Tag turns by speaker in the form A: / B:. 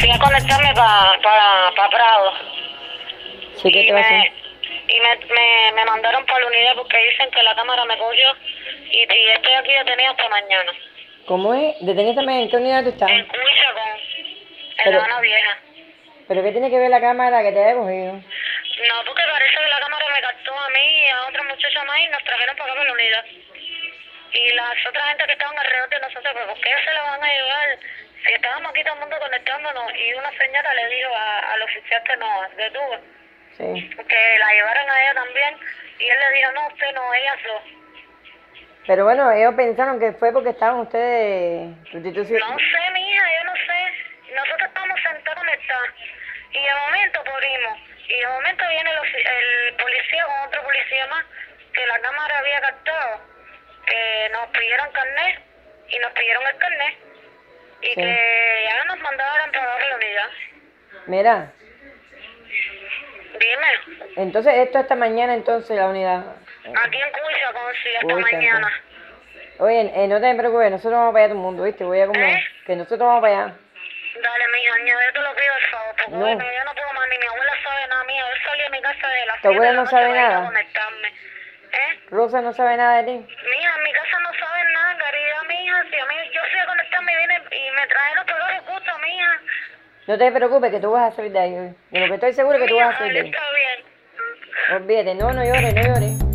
A: fui a conectarme para pa, pa Prado.
B: Sí, ¿qué
A: y me,
B: te va a hacer?
A: Y me, me, me mandaron para la unidad porque dicen que la cámara me cogió y, y estoy aquí detenida hasta mañana.
B: ¿Cómo es? Deténgame, ¿en qué unidad tú estás?
A: En Cuicha con en
B: Ah. Pero-
A: La Habana Vieja.
B: ¿Pero qué tiene que ver la cámara que te haya cogido?
A: No, porque parece que la cámara me captó a mí y a otra muchacha más y nos trajeron para acá para la unidad. Y las otras gente que estaban alrededor de nosotros, ¿pero por qué se la van a llevar? Si estábamos aquí todo el mundo conectándonos y una señora le dijo a- al oficial que nos detuvo,
B: Sí.
A: que la llevaron a ella también y él le dijo, no, usted no, ellas dos.
B: Pero bueno, ellos pensaron que fue porque estaban ustedes prostitución.
A: No sé, mija, yo no sé. Nosotros estábamos sentados conectados. Y de momento corrimos. Y de momento viene el, ofi- el policía con otro policía más que la cámara había captado. Que nos pidieron carnet y nos pidieron el carnet. Y
B: Sí.
A: que ya nos mandaron para la unidad.
B: Mira,
A: Dime,
B: entonces esto esta mañana entonces la unidad.
A: aquí en Cuicha, como si hasta
B: Uy, santo.
A: mañana.
B: Oye, eh, no te preocupes, nosotros vamos para allá todo el mundo, ¿viste? Voy a como...
A: ¿Eh?
B: Que nosotros vamos para allá.
A: Dale, mija, niña, yo te lo pido el favor, porque
B: No.
A: bueno, yo no puedo más, ni mi abuela sabe nada, mía. Yo salí de mi casa de las
B: ¿Tu abuela
A: siete de la
B: no
A: noche
B: sabe
A: para ir a
B: nada?
A: conectarme. ¿Eh?
B: Rosa no sabe nada de ti.
A: Mija, en mi casa no saben nada, caridad, mija. Si a mí, yo fui a conectarme y, vine, y me trajeron peor recursos, mija.
B: No te preocupes que tú vas a salir de ahí. hoy. De lo que estoy seguro que tú
A: Mija,
B: vas a salir de ahí.
A: está bien.
B: Olvídate, no, no llores, no llores.